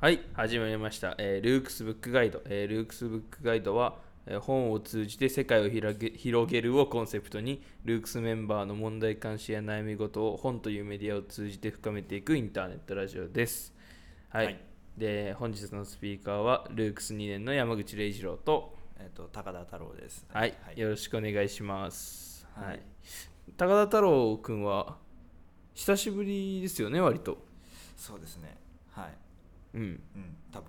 はい始まりました、えールークスブックガイド、えールークスブックガイドは、えー本を通じて世界をひらげ広げるをコンセプトにルークスメンバーの問題関心や悩み事を本というメディアを通じて深めていくインターネットラジオですはい、はいで本日のスピーカーはルークス2年の山口礼二郎とえっと高田太郎です。はい、はい、よろしくお願いします、はいはい高田太郎くんは久しぶりですよね割とそうですね。はい、うんうん、多分。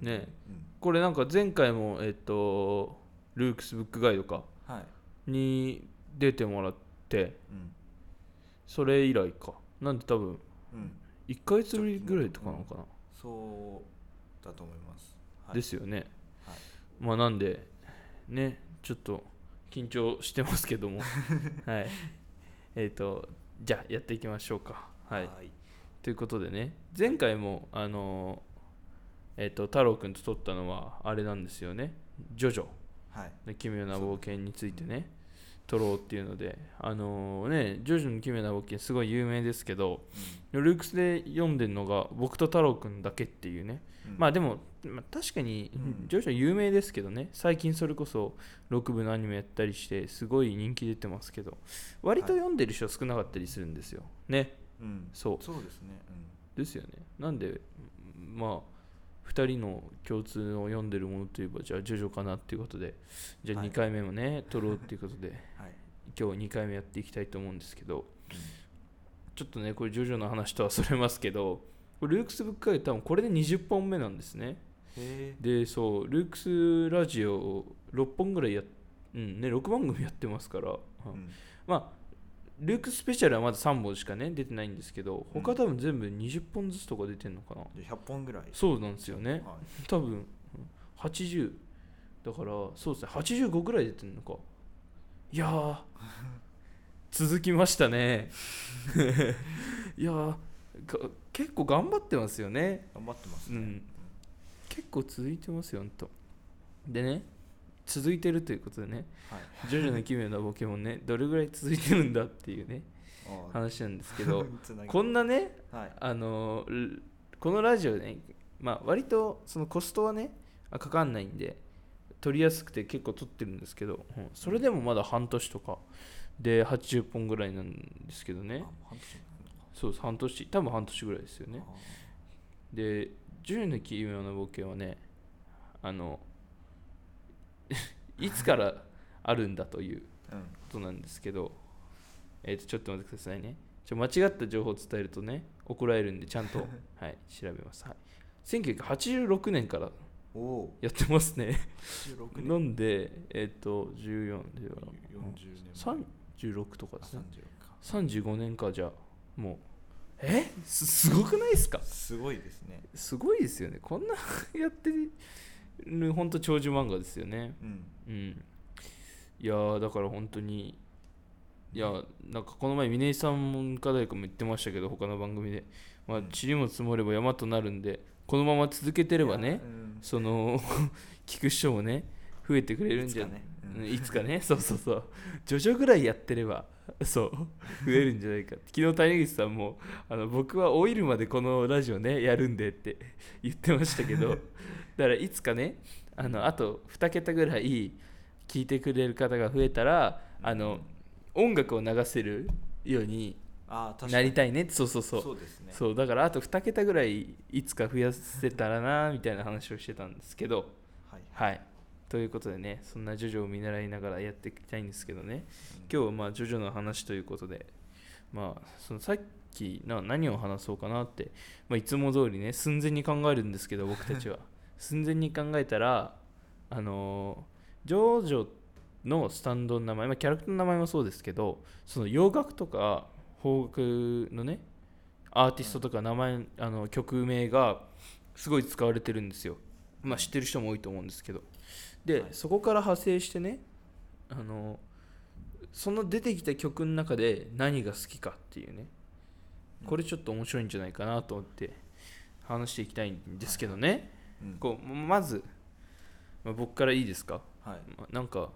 うん、ねえうん、これなんか前回もえっとルークスブックガイドかはい、に出てもらってうん、それ以来かなんで多分うん、 1ヶ月ぶりぐらいとかなのかな、そうだと思います。はい、ですよね、はいまあなんでねちょっと緊張してますけど もはいえっ、とじゃあやっていきましょうかはいい、ということでね前回もあのえっ、と太郎くんと撮ったのはあれなんですよね「ジョジョはい、の奇妙な冒険」についてね撮ろうっていうのであのね「ジョジョの奇妙な冒険」すごい有名ですけどルークスで読んでるのが僕と太郎くんだけっていうねうん、うんまあ、でも、まあ確かにうんジョジョ有名ですけどね最近それこそ6部のアニメやったりしてすごい人気出てますけど割とはい読んでる人少なかったりするんですよねうん、そうそうですね。うん、ですよねなんでまあ2人の共通の読んでるものといえばじゃあジョジョかなっていうことでじゃあはい2回目もね、取ろうっていうことではい、今日2回目やっていきたいと思うんですけどちょっとねこれジョジョの話とはそれますけどこれルークスブック会多分これで20本目なんですねへえ、でそうルークスラジオ6本ぐらいやっうんね6番組やってますから、うん、まあルークスペシャルはまだ3本しかね出てないんですけどうん他多分全部20本ずつとか出てんのかな、で百本ぐらい。そうなんですよねは多分うん80だからそうですね85ぐらい出てるのかいやー 続きましたね いやーが結構頑張ってますよねい、頑張ってますうね。ん結構続いてますよほんとでね続いてるということでねは「い、ジョジョの奇妙なポケモンね」どれぐらい続いてるんだっていうねあ話なんですけ ーどつなぎこんなねはい、あのルこのラジオね、まあ、割とそのコストはねあかかんないんで取りやすくて結構取ってるんですけど、うんそれでもまだ半年とかで80本ぐらいなんですけどあねもう半年もないのかそうです半年多分半年ぐらいですよねあーで「10の奇妙な冒険」はねあの いつからあるんだといううん、ことなんですけど、えー、とちょっと待ってくださいねちょ間違った情報を伝えるとね怒られるんでちゃんと、はい、調べます、はい、1986年からおお、やってますね十六年、なんでえっ、と14では四十年、 36とかですね三十か。 35年かじゃあもうえすすごくないですかすごいですね。すごいですよねこんな やってる本当長寿漫画ですよねうん。うん、いやーだから本当にいやなんかこの前峰井さん文科大学も言ってましたけど他の番組で「まあ、うん塵も積もれば山となるんでこのまま続けてればいやねうんその 聞く人もね増えてくれるんじゃいつかねうんうんいつかね そうそうそう徐々ぐらいやってれば そう増えるんじゃないかって 昨日谷口さんもあの僕は老いるまでこのラジオねやるんでって 言ってましたけ どだからいつかねあのあと2桁ぐらい聞いてくれる方が増えたらあの音楽を流せるようにああ確かになりたいねってそうそうそそううですねそうだからあと2桁ぐらいいつか増やせたらなみたいな話をしてたんですけどはいはいということでねそんなジョジョを見習いながらやっていきたいんですけどねうん今日はまあジョジョの話ということでまあそのさっきな何を話そうかなって、まあ、いつも通りね寸前に考えるんですけど僕た ちは寸前に考えたらあのージョジョのスタンドの名前、まあ、キャラクターの名前もそうですけどその洋楽とか邦楽のねアーティストとか名前、あの曲名がすごい使われてるんですよ、まあ、知ってる人も多いと思うんですけどで、はいそこから派生してねあのその出てきた曲の中で何が好きかっていうねこれちょっと面白いんじゃないかなと思って話していきたいんですけどね、うんこうまず、まあ僕からいいですかはいまなんか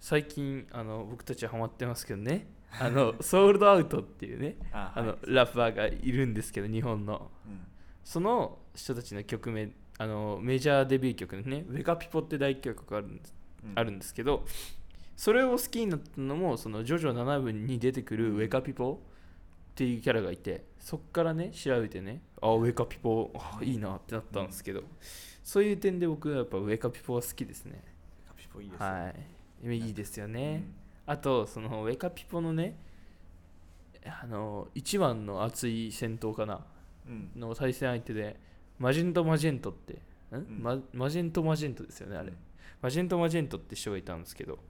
最近あの僕たちはハマってますけどねあのソールドアウトっていうねああのはいラッパーがいるんですけど日本のうんその人たちの曲名あのメジャーデビュー曲のね「ウェカピポ」って大曲があるんです,、あるんですけどそれを好きになったのもその「ジョジョ7部」に出てくるウェカピポっていうキャラがいてそっからね調べてねあウェカピポあいいなってなったんですけど、そういう点で僕はやっぱウェカピポは好きですねカピポいいですよはいいいですよね、うんあとそのウェカピポのねあの一番の熱い戦闘かなうんの対戦相手でマジェントマジェントってん、んママジェントマジェントですよねあれ、うんマジェントマジェントって人がいたんですけど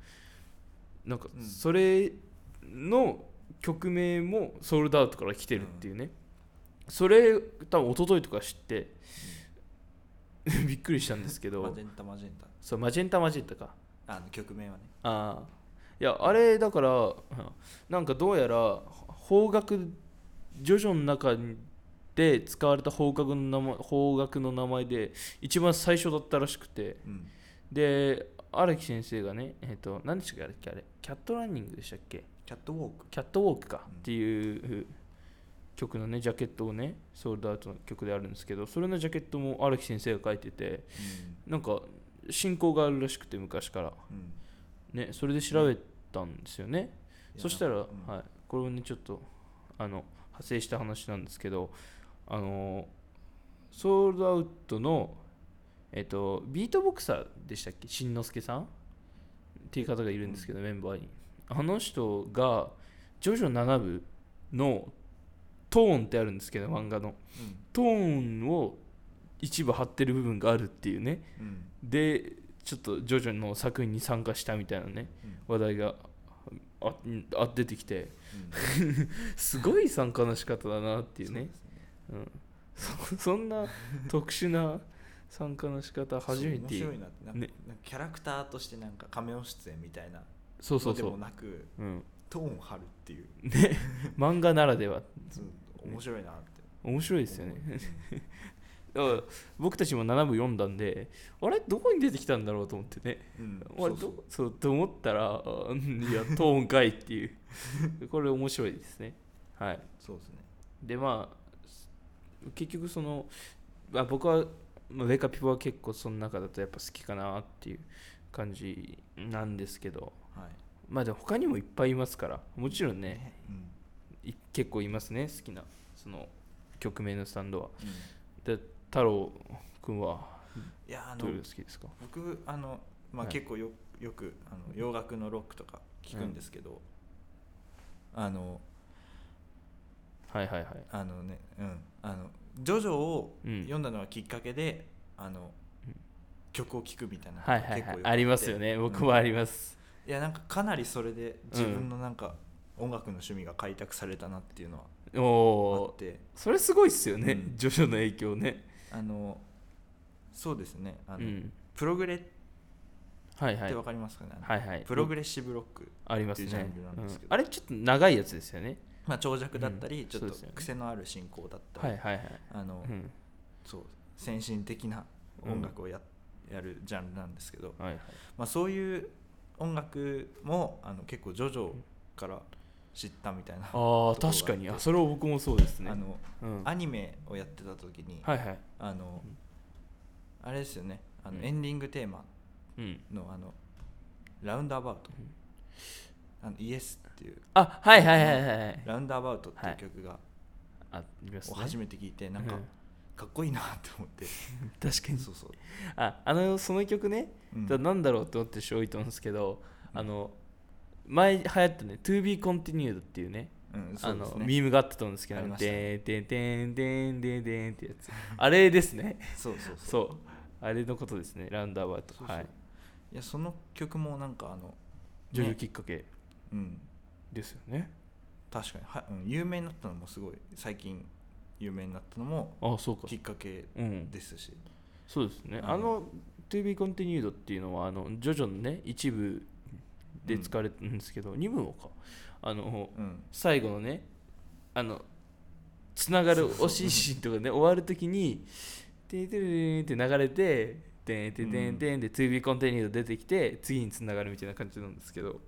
なんかうんそれの曲名もソールドアウトから来てるっていうね、それ多分一昨日とか知って、 びっくりしたんですけマどジェンタマジェンタそうマジェンタマジェンタかあの曲名はねああいやあれだからうんなんかどうやら方角ジョジョの中で使われた方角の名前方角の名前で一番最初だったらしくてうんで荒木先生がねえっ、と何でしたっけあれあれキャットランニングでしたっけキャットウォークキャットウォークかうんっていう曲のねジャケットをねソールドアウトの曲であるんですけどそれのジャケットも荒木先生が書いててなんか親交があるらしくて昔からうんうんね、それで調べたんですよね、いやそしたら、なんかうんはい、これをねちょっとあの派生した話なんですけどあのソールドアウトの、えっと、ビートボクサーでしたっけしんのすけさんっていう方がいるんですけど、メンバーにあの人が「ジョジョ7部」のトーンってあるんですけど漫画のトーンを一部張ってる部分があるっていうねうんうんでちょっとジョジョの作品に参加したみたいなねうん話題がああ出てきてすごい参加の仕方だなっていうねうんそそんな特殊な参加の仕方初めてそう面白いなってなんかねなんかキャラクターとしてなんか仮面出演みたいなそうそうそのうでもなくうん、トーン張るっていうね漫画ならではそう面白いなって面白いですよねだから僕たちも7部読んだんであれどこに出てきたんだろうと思ってねうん あれどそうと思ったらあうんいやトーンかいっていう これ面白いですねはいそうですねでまあす結局その、まあ、僕はまあウェカピポは結構その中だとやっぱ好きかなっていう感じなんですけどはいまあでも他にもいっぱいいますからもちろんねうんい結構いますね好きなその曲名のスタンドはうんで太郎君はいやあどういうのの好きですか僕あのまあはい結構よよくあの洋楽のロックとか聞くんですけどあのはいはいはいあのねうんあのジョジョをうん読んだのはきっかけであのうん曲を聴くみたいなのはがいはい結構はいよくてありますよね僕もあります、いやなんかかなりそれで自分のなんか音楽の趣味が開拓されたなっていうのはおあっおーてそれすごいっすよね、うんジョジョの影響ねあのそうですねあの、うんプログレっはいはいてわかりますかね、あのはいはいプログレッシブロック、ありますっていうねジャンルなんですけどうんあれちょっと長いやつですよねまあ、長尺だったり、うんちょそうでっとすよね癖のある進行だったはり、いはいはい、あのうん、そう先進的な音楽をや,、やるジャンルなんですけど、はいはいまあ、そういう音楽もあの結構ジョジョから知ったみたいなあーところがあって確かにあそれは僕もそうですねあの、うん、アニメをやってた時に、はいはいあのあれですよねあの、うんエンディングテーマうんのあのラウンドアバウト、あのイエスっていうあはいはいはいはいはいラウンドアバウトっていう曲が、ありますをね初めて聞いてなんかうんかっこいいなって思って、 確かにそうそう、ああのその曲ね、うんだなんだろうって思ってる人多いと思うんですけど、あの前流行ったね「To be continued」っていうねうん、そあうでのすミねームがあったと思うんですけど、ありましたでんでんでんでんでんでんってやつ、あれですね、そうそうそうそう、あれのことですね、ラウンドアバウト、そうそうはい、いやその曲もなんかあのジョジョねきっかけうんですよね。確かには、うん、有名になったのもすごい最近有名になったのもあそうかき。っかけうん、ですし、そうですね。うんあの、To be continued っていうのは、あの、ジョジョのね、一部で使われてるんですけど、二部もか。あの、うん最後のね、あの、つながるそうそう惜しいシーンとかね、終わるときに、てんてんてんって流れて、てんてんてんてんで To be continued 出てきて、次につながるみたいな感じなんですけど、うん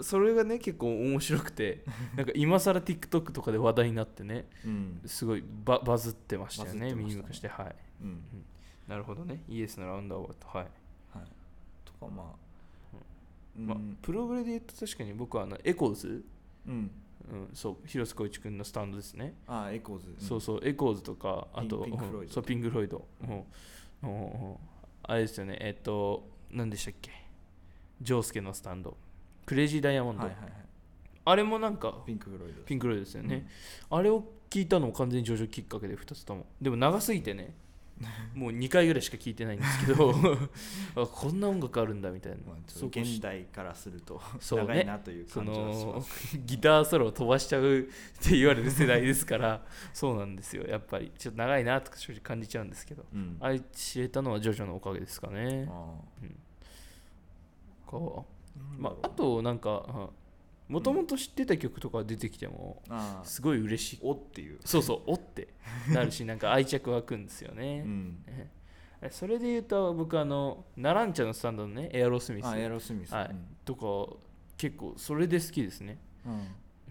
それがね結構面白く てなんか今更 TikTok とかで話題になってねうん、すごいババズってましたよバズねってましたね耳向かしてはいうんなるほどねイエスのラウンドアワーとはい、はい、とかまあ、うんまあ、プログレで言うと確かに僕はあのエコーズ、うん、うん、そう広瀬浩一君のスタンドですね、あエコーズ、んそうそうエコーズとかあとピンピンクフロうイドんそうピンク・フロイド、うんうんうんあれですよねえっ、と何でしたっけジョースケのスタンドクレイジーダイヤモンド、はいはいはいあれもなんかピンク・フロイドピンク・フロイドですよね、あれを聞いたのも完全に上場きっかけで2つともでも長すぎて ねもう2回ぐらいしか聞いてないんですけどあこんな音楽あるんだみたいな、まあ、ちそょうっと現代からするとそう長いねなというそ感じはしまの すギターソロを飛ばしちゃうって言われる世代ですから そうなんですよやっぱりちょっと長いなとか正直感じちゃうんですけどうんあれ知れたのはジョジョのおかげですかねかまあ、あとなんかもともと知ってた曲とか出てきてもああすごい嬉しいおっていう、そうそうおってなるしなんか愛着湧くんですようね、ん、えそれで言うと僕あのナランチャのスタンドのねエアロスミスあエアロスミス、はいうんとか結構それで好きですね、うん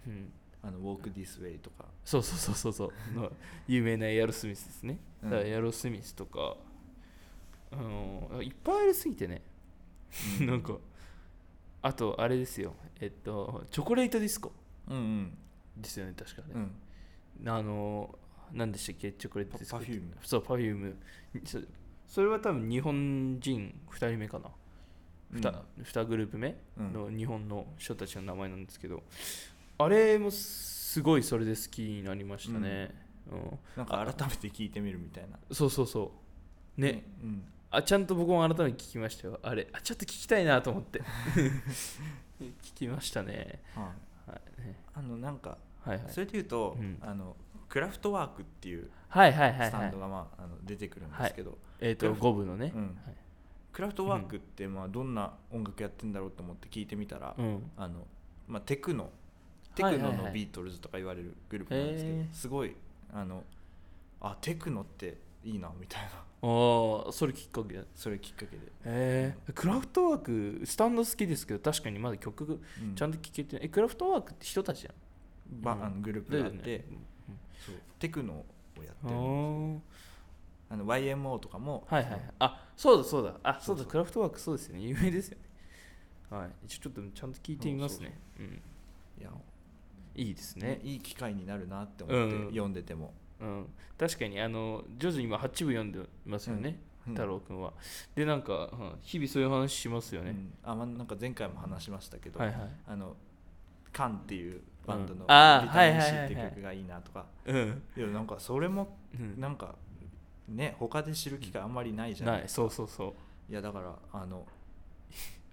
うん、あのウォーク・ディス・ウェイとか、そうそうそうそう そうの有名なエアロスミスですね、うんだからエアロスミスとかあのいっぱいありすぎてねうなんかあとあれですよえっとチョコレートディスコうんうんですよね確かねう、んあの何でしたっけチョコレートディスコって Perfume そうパフュームそそれは多分日本人2人目かな 2,、二グループ目うんの日本の人たちの名前なんですけど、あれもすごいそれで好きになりましたね、うんなんか改めて聞いてみるみたいなそうそうそうね、うんあちゃんと僕も改めて聞きましたよあれあちょっと聞きたいなと思って 聞きましたねはいはいねあのなんかはいはいそれでいうと、うんあのクラフトワークっていうはいはいはいスはタンいドが、まあ、あの出てくるんですけど、えっ、と五部のね、うんはいクラフトワークって、まあ、どんな音楽やってんだろうと思って聞いてみたら、うん、あのまあ、テクノテはいクはいはいノのビートルズとか言われるグループなんですけど、へーすごいあのあテクノっていいなみたいなあ あそれきっかけだそれきっかけで、えー、クラフトワークスタンド好きですけど確かにまだ曲うんちゃんと聴けてない、えクラフトワークって人たちやんばあのグループがあって、だよねそうテクノをやってあるーあの YMO とかも、はいはいはいあそうだそうだあそうそうそだうクラフトワークそうですよね有名ですよねはいちょちょっとちゃんと聞いてみますねうんいやいいですねね、いい機会になるなってう思っんてうん読んでても、うん、確かにあの徐々に今8部読んでますよね、うん太郎くんはでなんか、うん日々そういう話しますようね、んあまあ、なんか前回も話しましたけど、はいはいあのカンっていうバンドのうん「あービタミンはいは」C いはいって曲がいいなとか、うん、いやなんかそれもうん、なんかね他で知る機会あんまりないじゃないないそうそうそういやだからあの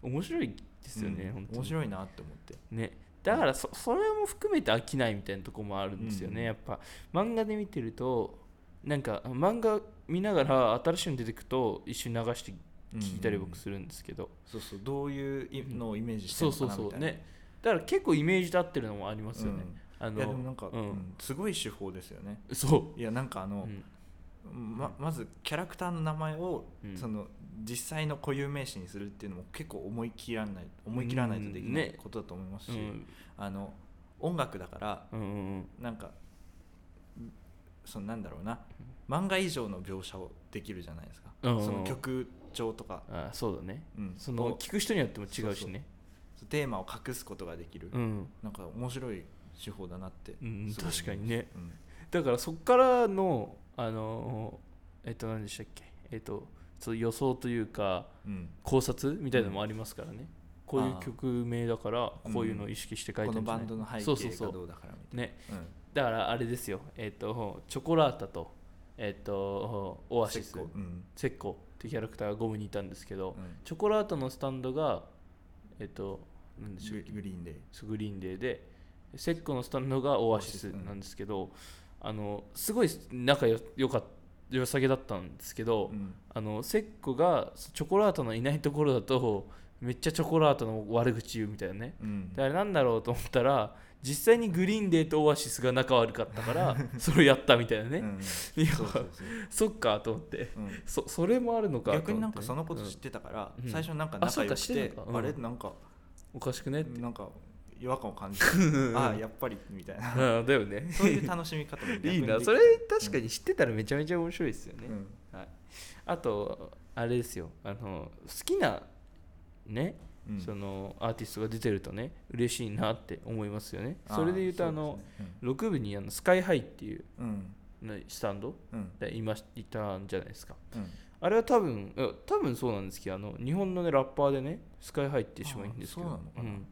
面白いですよね、うん本当に面白いなって思ってねだからそそれも含めて飽きないみたいなとこもあるんですよね、うんやっぱ漫画で見てるとなんか漫画見ながら新しいの出てくと一緒に流して聞いたり僕するんですけど、そうそうどういういのをイメージしてそうるのそうかなそうみたいなねだから結構イメージと合ってるのもありますよね、あうんのいやでもなんか、ううんん、すごい手法ですよねそいやなんかあう、の、うんままずキャラクターの名前を、うんその実際の固有名詞にするっていうのも結構思い切らない思い切らないとでうきなんいねことだと思いますうし、んあの音楽だからうんうんなんかんそのなんだろうな漫画以上の描写をできるじゃないですか、うんその曲調とか、あそうだねうん、そのを聞く人によっても違うしねテーマを隠すことができる、うんなんか面白い手法だなって、うんすごい思います確かにね、うんだからそこからのあのえっと何でしたっけえっとそう予想というかうん考察みたいなのもありますからね、こういあうあ曲名だからこういうのを意識して書いこてるのんじバゃないンドの背そうそう景そがうどうだからみたいねなうんだからあれですよえっ、とチョコラータとえっ、とオアシス結構うんセッコってキャラクターがゴムにいたんですけど、うんチョコラータのスタンドがえっ、と何でしょうググリーンでグリーンデーでセッコのスタンドがオアシスなんですけど、あのすごい仲よよかっ良さげだったんですけど、うんあのセッコがチョコラートのいないところだとめっちゃチョコラートの悪口言うみたいなねうんであれなんだろうと思ったら実際にグリーンデーとオアシスが仲悪かったからそれをやったみたいなね、うんいやそうそうそうそっかと思ってうんそそれもあるのかと思って逆になんかそのこと知ってたから、うん最初なんかあそう仲良かくしててんのかうんあれなんか おかしくねってなんか違和感 を感じたああやっぱりみたいなああだよねそういう楽しみ方も逆にでいきいたなそれ確かに知ってたらめちゃめちゃ面白いですよね、うんあとあれですよあの好きなね、うんそのアーティストが出てるとね嬉しいなって思いますよねああそれで言うとあのそですね6部にあのスカイハイっていううんねスタンドうんでいましいたんじゃないですかうんあれは多分いや多分そうなんですけどあの日本の、ね、ラッパーでねスカイハイっていう人がいるんですけどあそうなのかなうん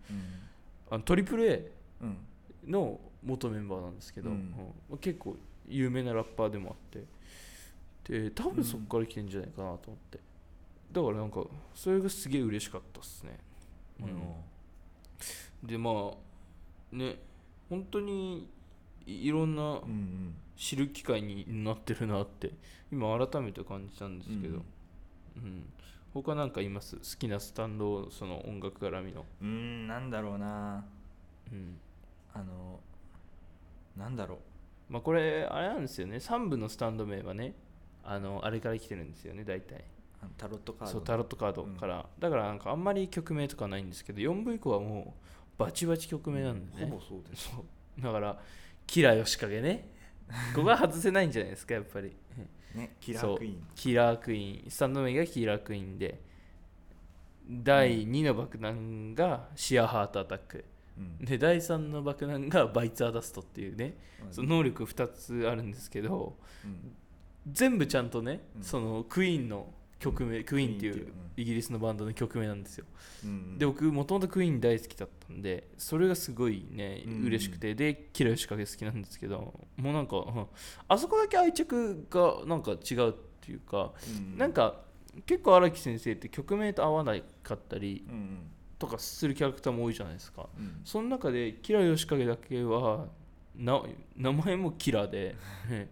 あのトリプル A うんうんの元メンバーなんですけど、うんうん結構有名なラッパーでもあってで多分そこから来てんじゃないかなと思って、だからなんかそれがすげえ嬉しかったっすね、うんでまあね本当にいいろんなうんうん知る機会になってるなって今改めて感じたんですけど、うん他なんかいます好きなスタンドその音楽絡みの、うーんなんだろうなうんあのなんだろうまあ、これあれなんですよね3部のスタンド名はねあのあれから来てるんですよね大体あのタロットカードそうタロットカードから、だからなんかあんまり曲名とかないんですけど4部以降はもうバチバチ曲名なんでね、ほぼそうですそうだからキラヨシカゲねここは外せないんじゃないですかやっぱりねキラークイーンそうキラークイーンスタンド名がキラークイーンで第2の爆弾がシアハートアタック、うんで第3の爆弾がバイツアダストっていうね、うんその能力2つあるんですけどうん全部ちゃんとね、うんそのクイーンの曲名、クイーンっていクイーうンっていううんイギリスのバンドの曲名なんですよ、うんで僕もともとクイーン大好きだったんでそれがすごいねうん嬉しくて、で「キラヨシカゲ」好きなんですけどもうなんかうんあそこだけ愛着がなんか違うっていうか、うんなんか結構荒木先生って曲名と合わなかったりうんうんとかするキャラクターも多いじゃないですかうんその中でキラヨシカゲだけはな名前もキラ でね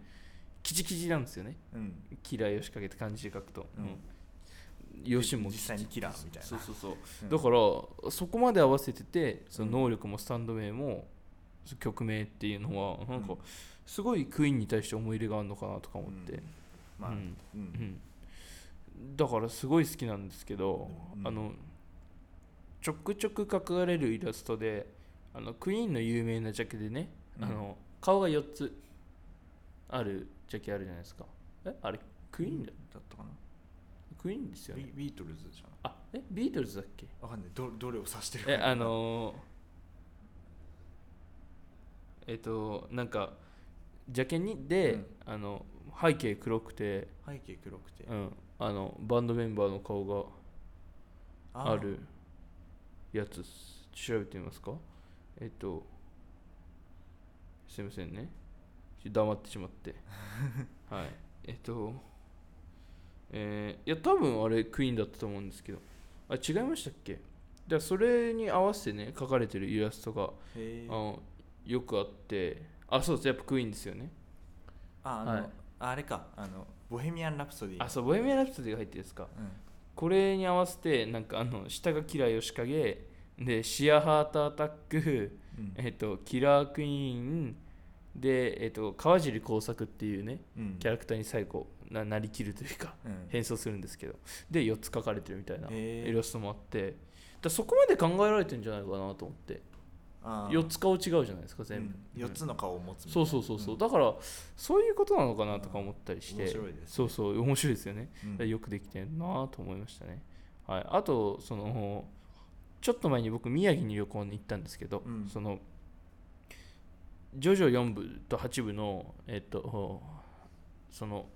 キチキチなんですよねうんキラヨシカゲって漢字で書くと、うんうん、ヨシも実際にキラーみたいなそうそうそう、うんだからそこまで合わせててその能力もスタンド名も曲名っていうのはなんかうんすごいクイーンに対して思い入れがあるのかなとか思って、うんまあうんうんうん、だからすごい好きなんですけど、うんあのちょくちょく描かれるイラストであのクイーンの有名なジャケでね、うんあの顔が4つあるジャケあるじゃないですかえあれクイーンだ、だったかなクイーンですよねビビートルズじゃないあえビートルズだっ けわかんないどどれを指してるかえあのーえっとなんかジャケにで、うんあの背景黒くて、背景黒くてうん、あのバンドメンバーの顔がーあるやつっす調べてみますかえっとすいませんねちょ黙ってしまって はいえっとえーいや多分あれクイーンだったと思うんですけどあ違いましたっけじゃあそれに合わせてね書かれてるイラストがへあーあのよくあってあそうですやっぱクイーンですよねあはのいあれかあのボヘミアン・ラプソディあそうボヘミアン・ラプソディが入ってるんですかうんこれに合わせてなんかあの下がキラヨシカゲでシアハートアタックうんえっと、キラークイーンで、えっと、川尻耕作っていうねうんキャラクターに最後ななりきるというかうん変装するんですけどで4つ書かれてるみたいなへーイラストもあってだそこまで考えられてるんじゃないかなと思ってあー4つ顔違うじゃないですか全うん部、四つの顔を持つみたいそなうそうそうそう、んだからそういうことなのかなとか思ったりして面白いですねそうそう面白いですよねうんよくできてるなと思いましたね。はい、あとそのちょっと前に僕宮城に旅行に行ったんですけど、うんそのジョジョ4部と8部のえっとその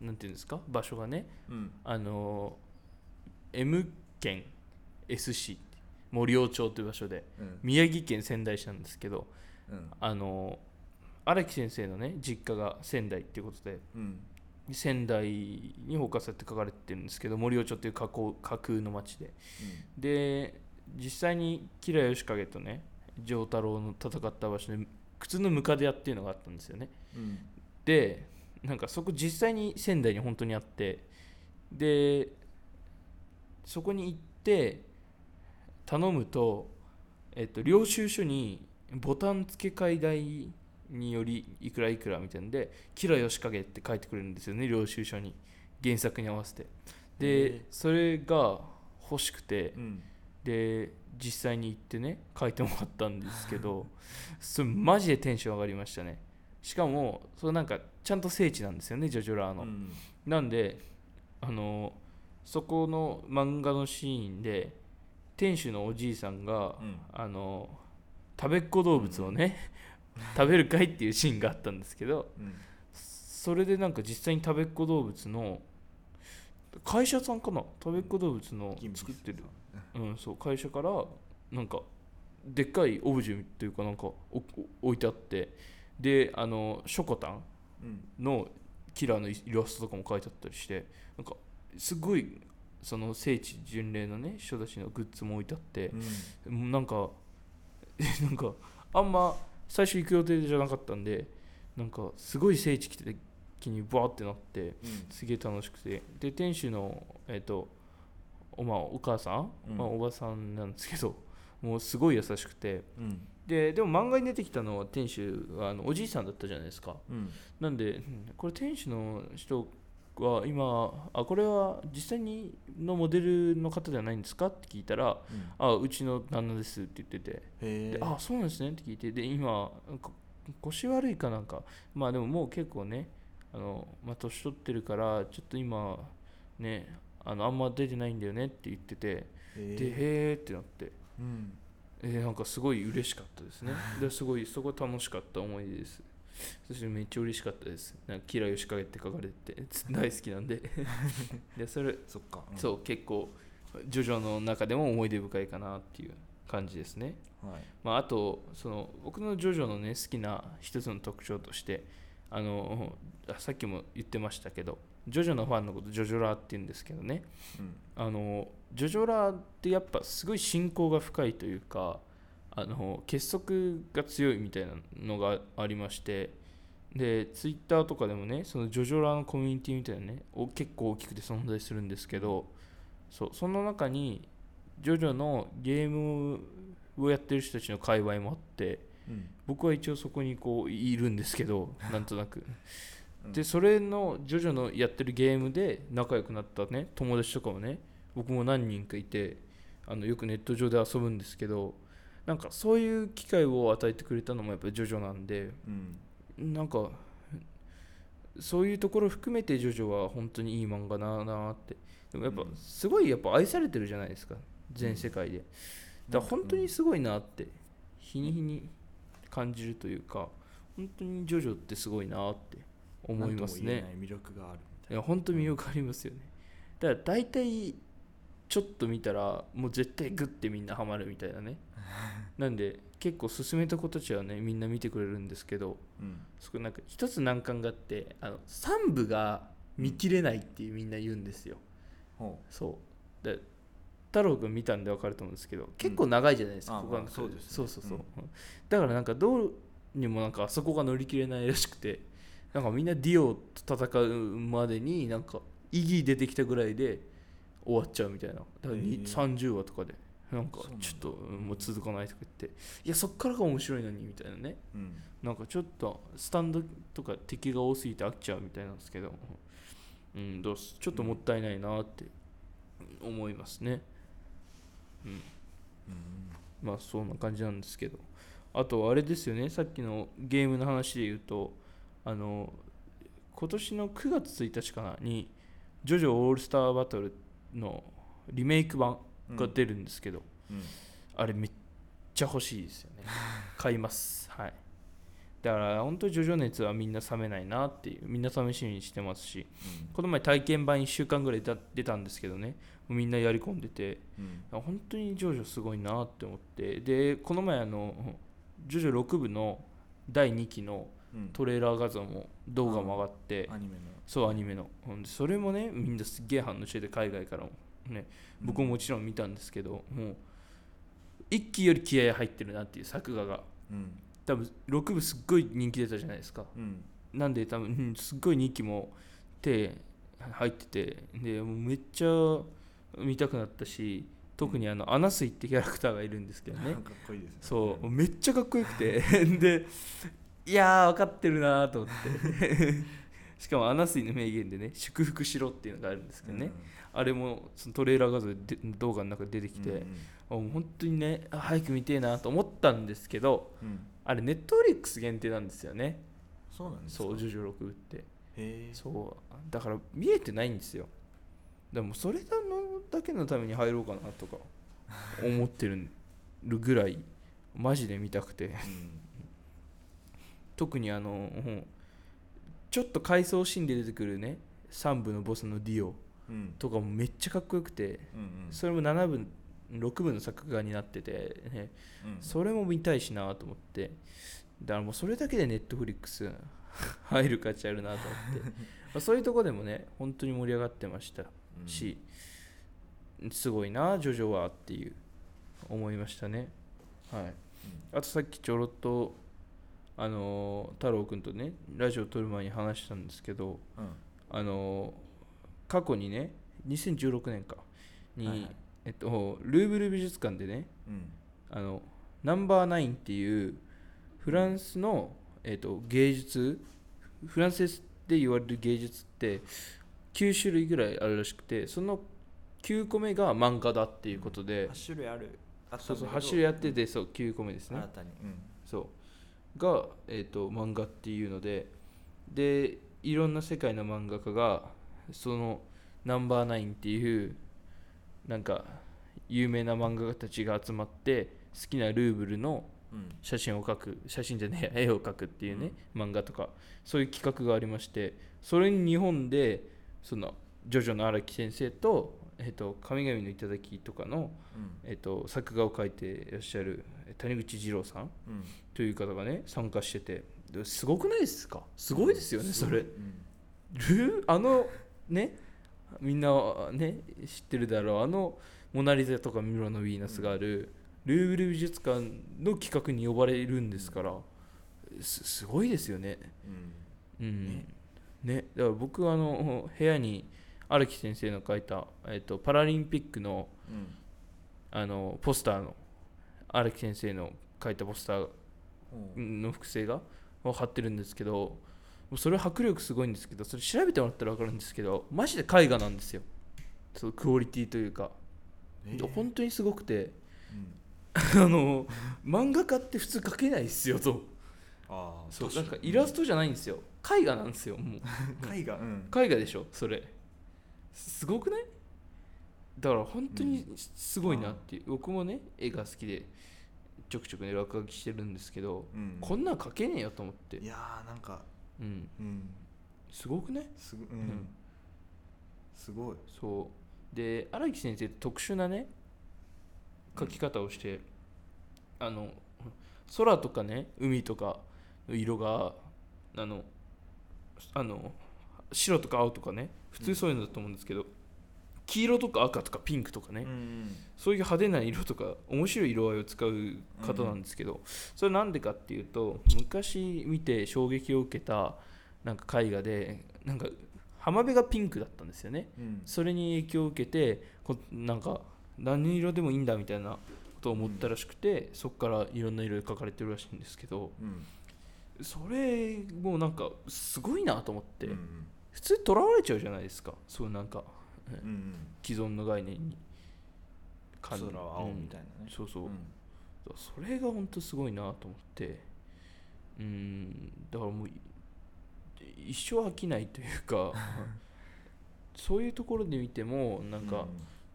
なんていうんですか場所がねうんあの M 県 S 市森尾町という場所でうん宮城県仙台市なんですけどうんあの荒木先生のね実家が仙台っていうことでうん仙台にフォーカスって書かれてるんですけど森尾町っていう架空架空の町でで実際に吉良義景とね丈太郎の戦った場所で靴のムカデ屋っていうのがあったんですよねうんでなんかそこ実際に仙台に本当にあってでそこに行って頼むと、えっと、領収書にボタン付け替え代によりいくらいくらみたいなんで「吉良義景」って書いてくれるんですよね領収書に原作に合わせてへでえそれが欲しくてうんで実際に行ってね書いてもらったんですけど それマジでテンション上がりましたねしかもそれなんかちゃんと聖地なんですよねジョジョラーの、うんなんであのそこの漫画のシーンで店主のおじいさんが、うんあの食べっ子動物をね、食べるかいっていうシーンがあったんですけどうんそれでなんか実際に食べっ子動物の会社さんかな食べっ子動物のギンビス作ってる、うん、そう会社からなんかでっかいオブジェというかなんかおお置いてあってであのショコタンうんのキラーのイラストとかも書いてあったりしてなんかすごいその聖地巡礼のね人たちのグッズも置いてあってう、んもうなんか なんかあんま最初行く予定じゃなかったんでなんかすごい聖地来て気にバーってなってうんすげえ楽しくてで店主のえっ、とお,、まあ、お母さん、うんまあ、おばさんなんですけどもうすごい優しくてうんででも漫画に出てきたのは店主があのおじいさんだったじゃないですかうんなんでうんこれ店主の人は今あこれは実際にのモデルの方ではないんですかって聞いたらうんあうちの旦那ですって言ってて、へでえあそうなんですねって聞いてで今こ腰悪いかなんかまあでももう結構ねあの、まあ、年取ってるからちょっと今ねあのあんま出てないんだよねって言っててでへでえってなって、うんえーなんかすごい嬉しかった ですねですごいそこ楽しかった思い出ですそしてめっちゃ嬉しかったですなんかキラヨシカゲって書かれてて大好きなん ででそれそっかそうう結構ジョジョの中でも思い出深いかなっていう感じですね、んはいまあ、あとその僕のジョジョのね好きな一つの特徴としてあのあさっきも言ってましたけどジョジョのファンのことジョジョラーって言うんですけどねうんあのジョジョラーってやっぱすごい信仰が深いというかあの結束が強いみたいなのがありましてでツイッターとかでもねそのジョジョラーのコミュニティみたいなねお結構大きくて存在するんですけどそうその中にジョジョのゲームをやってる人たちの界隈もあってうん僕は一応そこにこういるんですけ どなんとなくうんでそれのジョジョのやってるゲームで仲良くなったね友達とかもね僕も何人かいてあのよくネット上で遊ぶんですけどなんかそういう機会を与えてくれたのもやっぱりジョジョなんでうんなんかそういうところ含めてジョジョは本当にいい漫画だなってでもやっぱうんすごいやっぱ愛されてるじゃないですか全世界でだから本当にすごいなって日に日に感じるというか本当にジョジョってすごいなって思いますなんとも言えねない魅力があるみいたいや本当に魅力ありますよねだから大体ちょっと見たらもう絶対グッてみんなハマるみたいな ねなんで結構勧めた子たちはねみんな見てくれるんですけどなうんそこなんか一つ難関があってあの3部が見切れないっていうみんな言うんですよほそうで太郎君見たんで分かると思うんですけど結構長いじゃないですか、あここがまあそうですねそうそうそう、だからなんかどうにもなんかあそこが乗り切れないらしくてなんかみんなディオと戦うまでになんか意義出てきたぐらいで終わっちゃうみたいなだからにへえ30話とかでなんかそうなんだちょっとうんもう続かないとか言っていやそっからが面白いのにみたいなねううんなんかちょっとスタンドとか敵が多すぎて飽きちゃうみたいなんですけど、うん、どうすちょっともったいないなって思いますね。うん、うんまあそんな感じなんですけど、あとあれですよね、さっきのゲームの話で言うと、あの今年の9月1日かなに、ジョジョオールスターバトルのリメイク版が出るんですけど、うんあれめっちゃ欲しいですよね買いますはいだから本当ジョジョ熱はみんな冷めないなっていうみんな試しにしてますしこの前体験版1週間ぐらい出た出たんですけどねもうみんなやり込んでてうん本当にジョジョすごいなって思ってでこの前あのジョジョ6部の第2期のうんトレーラー画像も動画も上がって、アニメのそうアニメのうんでそれもねみんなすっげえ反応してて海外からもねうん僕ももちろん見たんですけど、もう一期より気合入ってるなっていう作画がうん多分6部すっごい人気出たじゃないですかうんなんで多分うんすっごい2期も手入っててでもうめっちゃ見たくなったし特にあのアナスイってキャラクターがいるんですけどね かっこいいですねそうめっ ちゃかっこよくてでいやー分かってるなーと思ってしかもアナスイの名言でね祝福しろっていうのがあるんですけどね、うんあれもそのトレーラー画像で動画の中で出てきて、うんあもう本当にねあ早く見てえなと思ったんですけどうんうんあれネットフリックス限定なんですよねそうなんですかそう「ジョジョ6」ってへえそうだから見えてないんですよでもそれだのだけのために入ろうかなとか思ってるぐらいマジで見たくてうん特にあのうんちょっと回想シーンで出てくるね3部のボスのディオうん とかもめっちゃかっこよくてうんうんそれも7部6部の作画になってて、ね、うんそれも見たいしなと思ってだからもうそれだけでネットフリックス 入る価値あるなと 思ってまあそういうとこでもね本当に盛り上がってましたうんし、すごいなジョジョはっていう思いましたねはいあとさっきちょろっとあのー太郎くんとねラジオ撮る前に話したんですけどうんあのー過去にね2016年かに、はいはいえっと、ルーブル美術館でねうんあのナンバーナインっていうフランスの、えっと、芸術フランスで言われる芸術って9種類ぐらいあるらしくてその9個目が漫画だっていうことで、 8種類あるあったんそうそうだけど8種類あってでそう9個目ですね新たにうんそうが、えー、と漫画っていうのででいろんな世界の漫画家がそのナンバーナインっていうなんか有名な漫画家たちが集まって好きなルーブルのうん写真を描く写真じゃねえ絵を描くっていうね、漫画とかそういう企画がありましてそれに日本でそのジョジョの荒木先生と,、えー、と神々の頂とかの、うんえー、と作画を描いていらっしゃる谷口二郎さんうんという方がね参加しててですごくないですかすごいですよね、それうんルーあのねみんなはね知ってるだろうあの「モナ・リザ」とか「ミロのヴィーナス」がある、ルーブル美術館の企画に呼ばれるんですからすすごいですよねうんうんねだから僕はあの部屋に荒木先生の書いた、えっと、パラリンピックのうんあのポスターの荒木先生の書いたポスターうんの複製がを貼ってるんですけどもうそれ迫力すごいんですけどそれ調べてもらったら分かるんですけどマジで絵画なんですよそのクオリティというか、えー本当にすごくて うんあの漫画家って普通描けないですよとああそうな確んかにイラストじゃないんですよ絵画なんですよもう絵画うん絵画でしょそれすごくないだから本当にすごいなっていう、僕もね絵が好きでちょくちょくね落書きしてるんですけど、うんこんなん描けねえよと思っていやーなんかうんうんすごくねすご,、うんん、すごいそうで荒木先生って特殊なね描き方をして、あの空とかね海とかの色があのあの白とか青とかね普通そういうのだと思うんですけど、黄色とか赤とかピンクとかね、うんそういう派手な色とか面白い色合いを使う方なんですけど、それなんでかっていうと昔見て衝撃を受けたなんか絵画でなんか浜辺がピンクだったんですよね。うんそれに影響を受けてこなんか何色でもいいんだみたいなことを思ったらしくて、そこからいろんな色で描かれてるらしいんですけどうんそれもなんかすごいなと思って、うん普通とらわれちゃうじゃないですかそうなんかうんうん既存の概念に空は青みたいいななねそうそう、んそれが本当すごいなと思ってうんだからもうい一生飽きないという かそういうところで見てもなんか、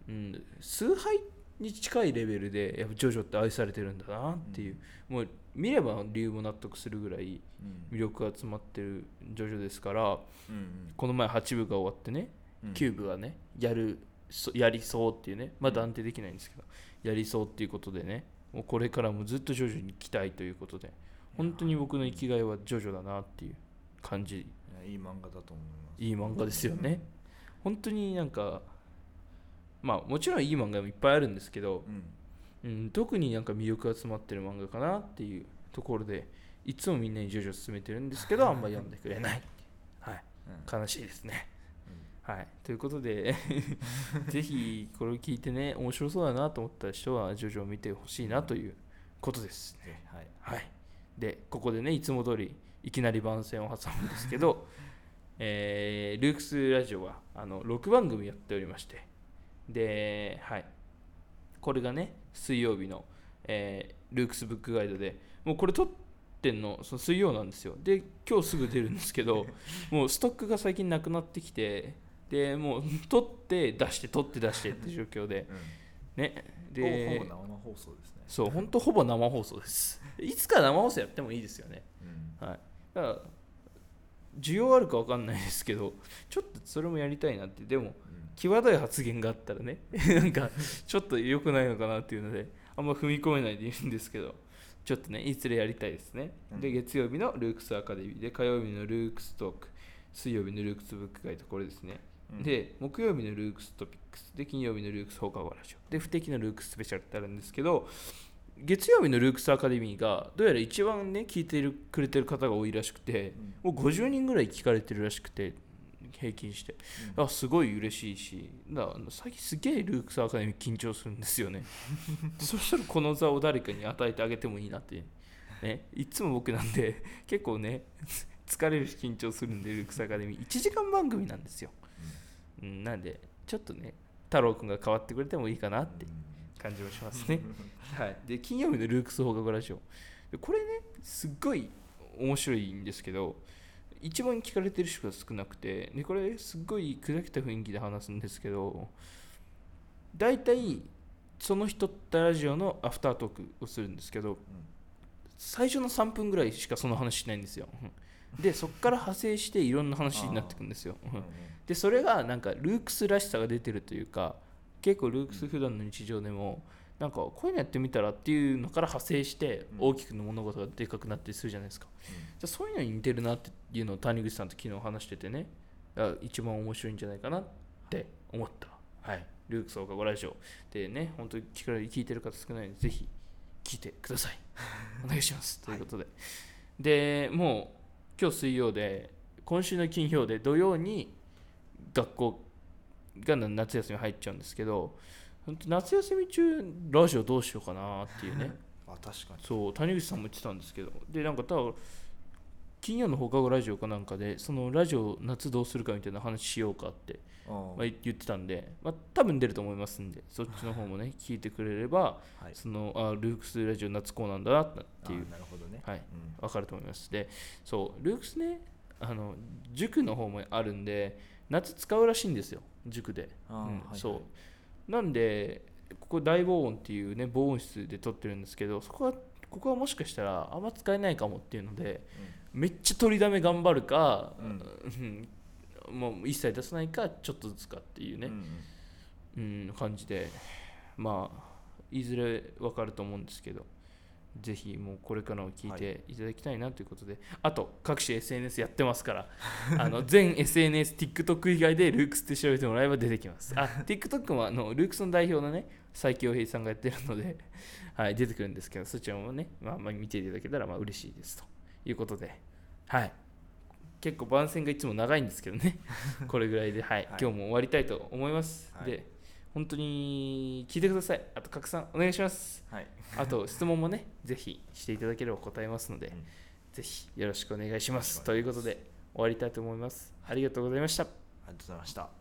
うん、崇拝に近いレベルでやっぱジョジョって愛されてるんだなっていう、もう見れば理由も納得するぐらいうん魅力が詰まってるジョジョですからうんうんこの前8部が終わってねうん9部がねやるそやりそうっていうねまあ断定できないんですけどやりそうっていうことでねもうこれからもずっとジョジョに期待ということで本当に僕の生きがいはジョジョだなっていう感じいやいい漫画だと思いますいい漫画ですよね本当になんかまあもちろんいい漫画もいっぱいあるんですけど、うんうん、特になんか魅力が詰まってる漫画かなっていうところでいつもみんなに徐々進めてるんですけどあんまり読んでくれない、はい、うん悲しいですね、はい、ということ でぜひこれを聞いてね面白そうだなと思った人は徐々を見てほしいなということです、ぜひはい はい、でここでねいつも通りいきなり番宣を挟むんですけどええールークスラジオはあの6番組やっておりましてで、はい、これがね水曜日の、えールークスブックガイドでもうこれ撮ってんのその水曜なんですよで今日すぐ出るんですけ どもうストックが最近なくなってきてでもう撮って出して撮って出してって状況でねででほぼ生放送ですね、そう本当ほぼ生放送ですいつか生放送やってもいいですよねうんはい、だから需要あるか分かんないですけどちょっとそれもやりたいなってでもうん際どい発言があったらね なんかちょっと良くないのかなっていうのであんま踏み込めないでいるんですけどちょっとねいずれやりたいですね、うんで月曜日のルークスアカデミーで火曜日のルークストーク水曜日のルークスブック会とこれですね、うんで木曜日のルークストピックスで金曜日のルークス放課後ラジオで不適のルークススペシャルってあるんですけど月曜日のルークスアカデミーがどうやら一番ね聞いてるくれてる方が多いらしくてもう50人ぐらい聞かれてるらしくて平均してうんあすごい嬉しいしだから最近すげえルークスアカデミー緊張するんですよ ねそしたらこの座を誰かに与えてあげてもいいなってねいつも僕なんで結構ね疲れるし緊張するんでルークスアカデミー1時間番組なんですよ、うん、なんでちょっとね太郎くんが変わってくれてもいいかなって感じもしますね、はい、で金曜日のルークス放課後ラジオでこれねすっごい面白いんですけど一番聞かれてる人が少なくてでこれすっごい砕けた雰囲気で話すんですけど大体その人ったラジオのアフタートークをするんですけど最初の3分ぐらいしかその話しないんですようんでそこから派生していろんな話になってくんですようんううんんでそれがなんかルークスらしさが出てるというか結構ルークス普段の日常でもなんかこういうのやってみたらっていうのから派生してうん大きくの物事がでかくなったりするじゃないですかじゃあそういうのに似てるなっていうのを谷口さんと昨日話しててねあ一番面白いんじゃないかなって思ったはいルークス放課後ラジオでね本当に聞かれ聞いてる方少ないのでぜひ聞いてくだ さいお願いしますということで、でもう今日水曜で今週の金曜で土曜に学校が夏休み入っちゃうんですけど本当夏休み中ラジオどうしようかなっていうねあ確かにそう谷口さんも言ってたんですけどでなんか多分金曜の放課後ラジオかなんかでそのラジオ夏どうするかみたいな話しようかって、あーまあ、言ってたんで、まあ、多分出ると思いますんでそっちの方もね聞いてくれれば、はいそのあルークスラジオ夏コーナーだなっていうあーなるほどねはいうん分かると思いますでそうルークスねあの塾の方もあるんで夏使うらしいんですよ塾であーうんはいはいそうなんでここ大防音っていうね防音室で撮ってるんですけどそこはここはもしかしたらあんま使えないかもっていうのでめっちゃ取りだめ頑張るか、うんもう一切出さないかちょっとずつかっていううんね、うんうんうん、感じでまあいずれ分かると思うんですけどぜひもうこれからも聞いていただきたいなということで、あと各種 SNS やってますから あの全 SNSTikTok 以外でルークスって調べてもらえば出てきますあ TikTok もあのルークスの代表のね佐伯洋平さんがやってるので、 はい、出てくるんですけどそちらもね、まあ、まあ見ていただけたらまあ嬉しいですということではい結構番宣がいつも長いんですけど ねこれぐらいで、はいはい今日も終わりたいと思います、はいで本当に聞いてくださいあと拡散お願いしますはいあと質問もねぜひしていただければ答えますので、うんぜひよろしくお願いしまお願いしますすということで終わりたいと思いますありがとうございましたありがとうございました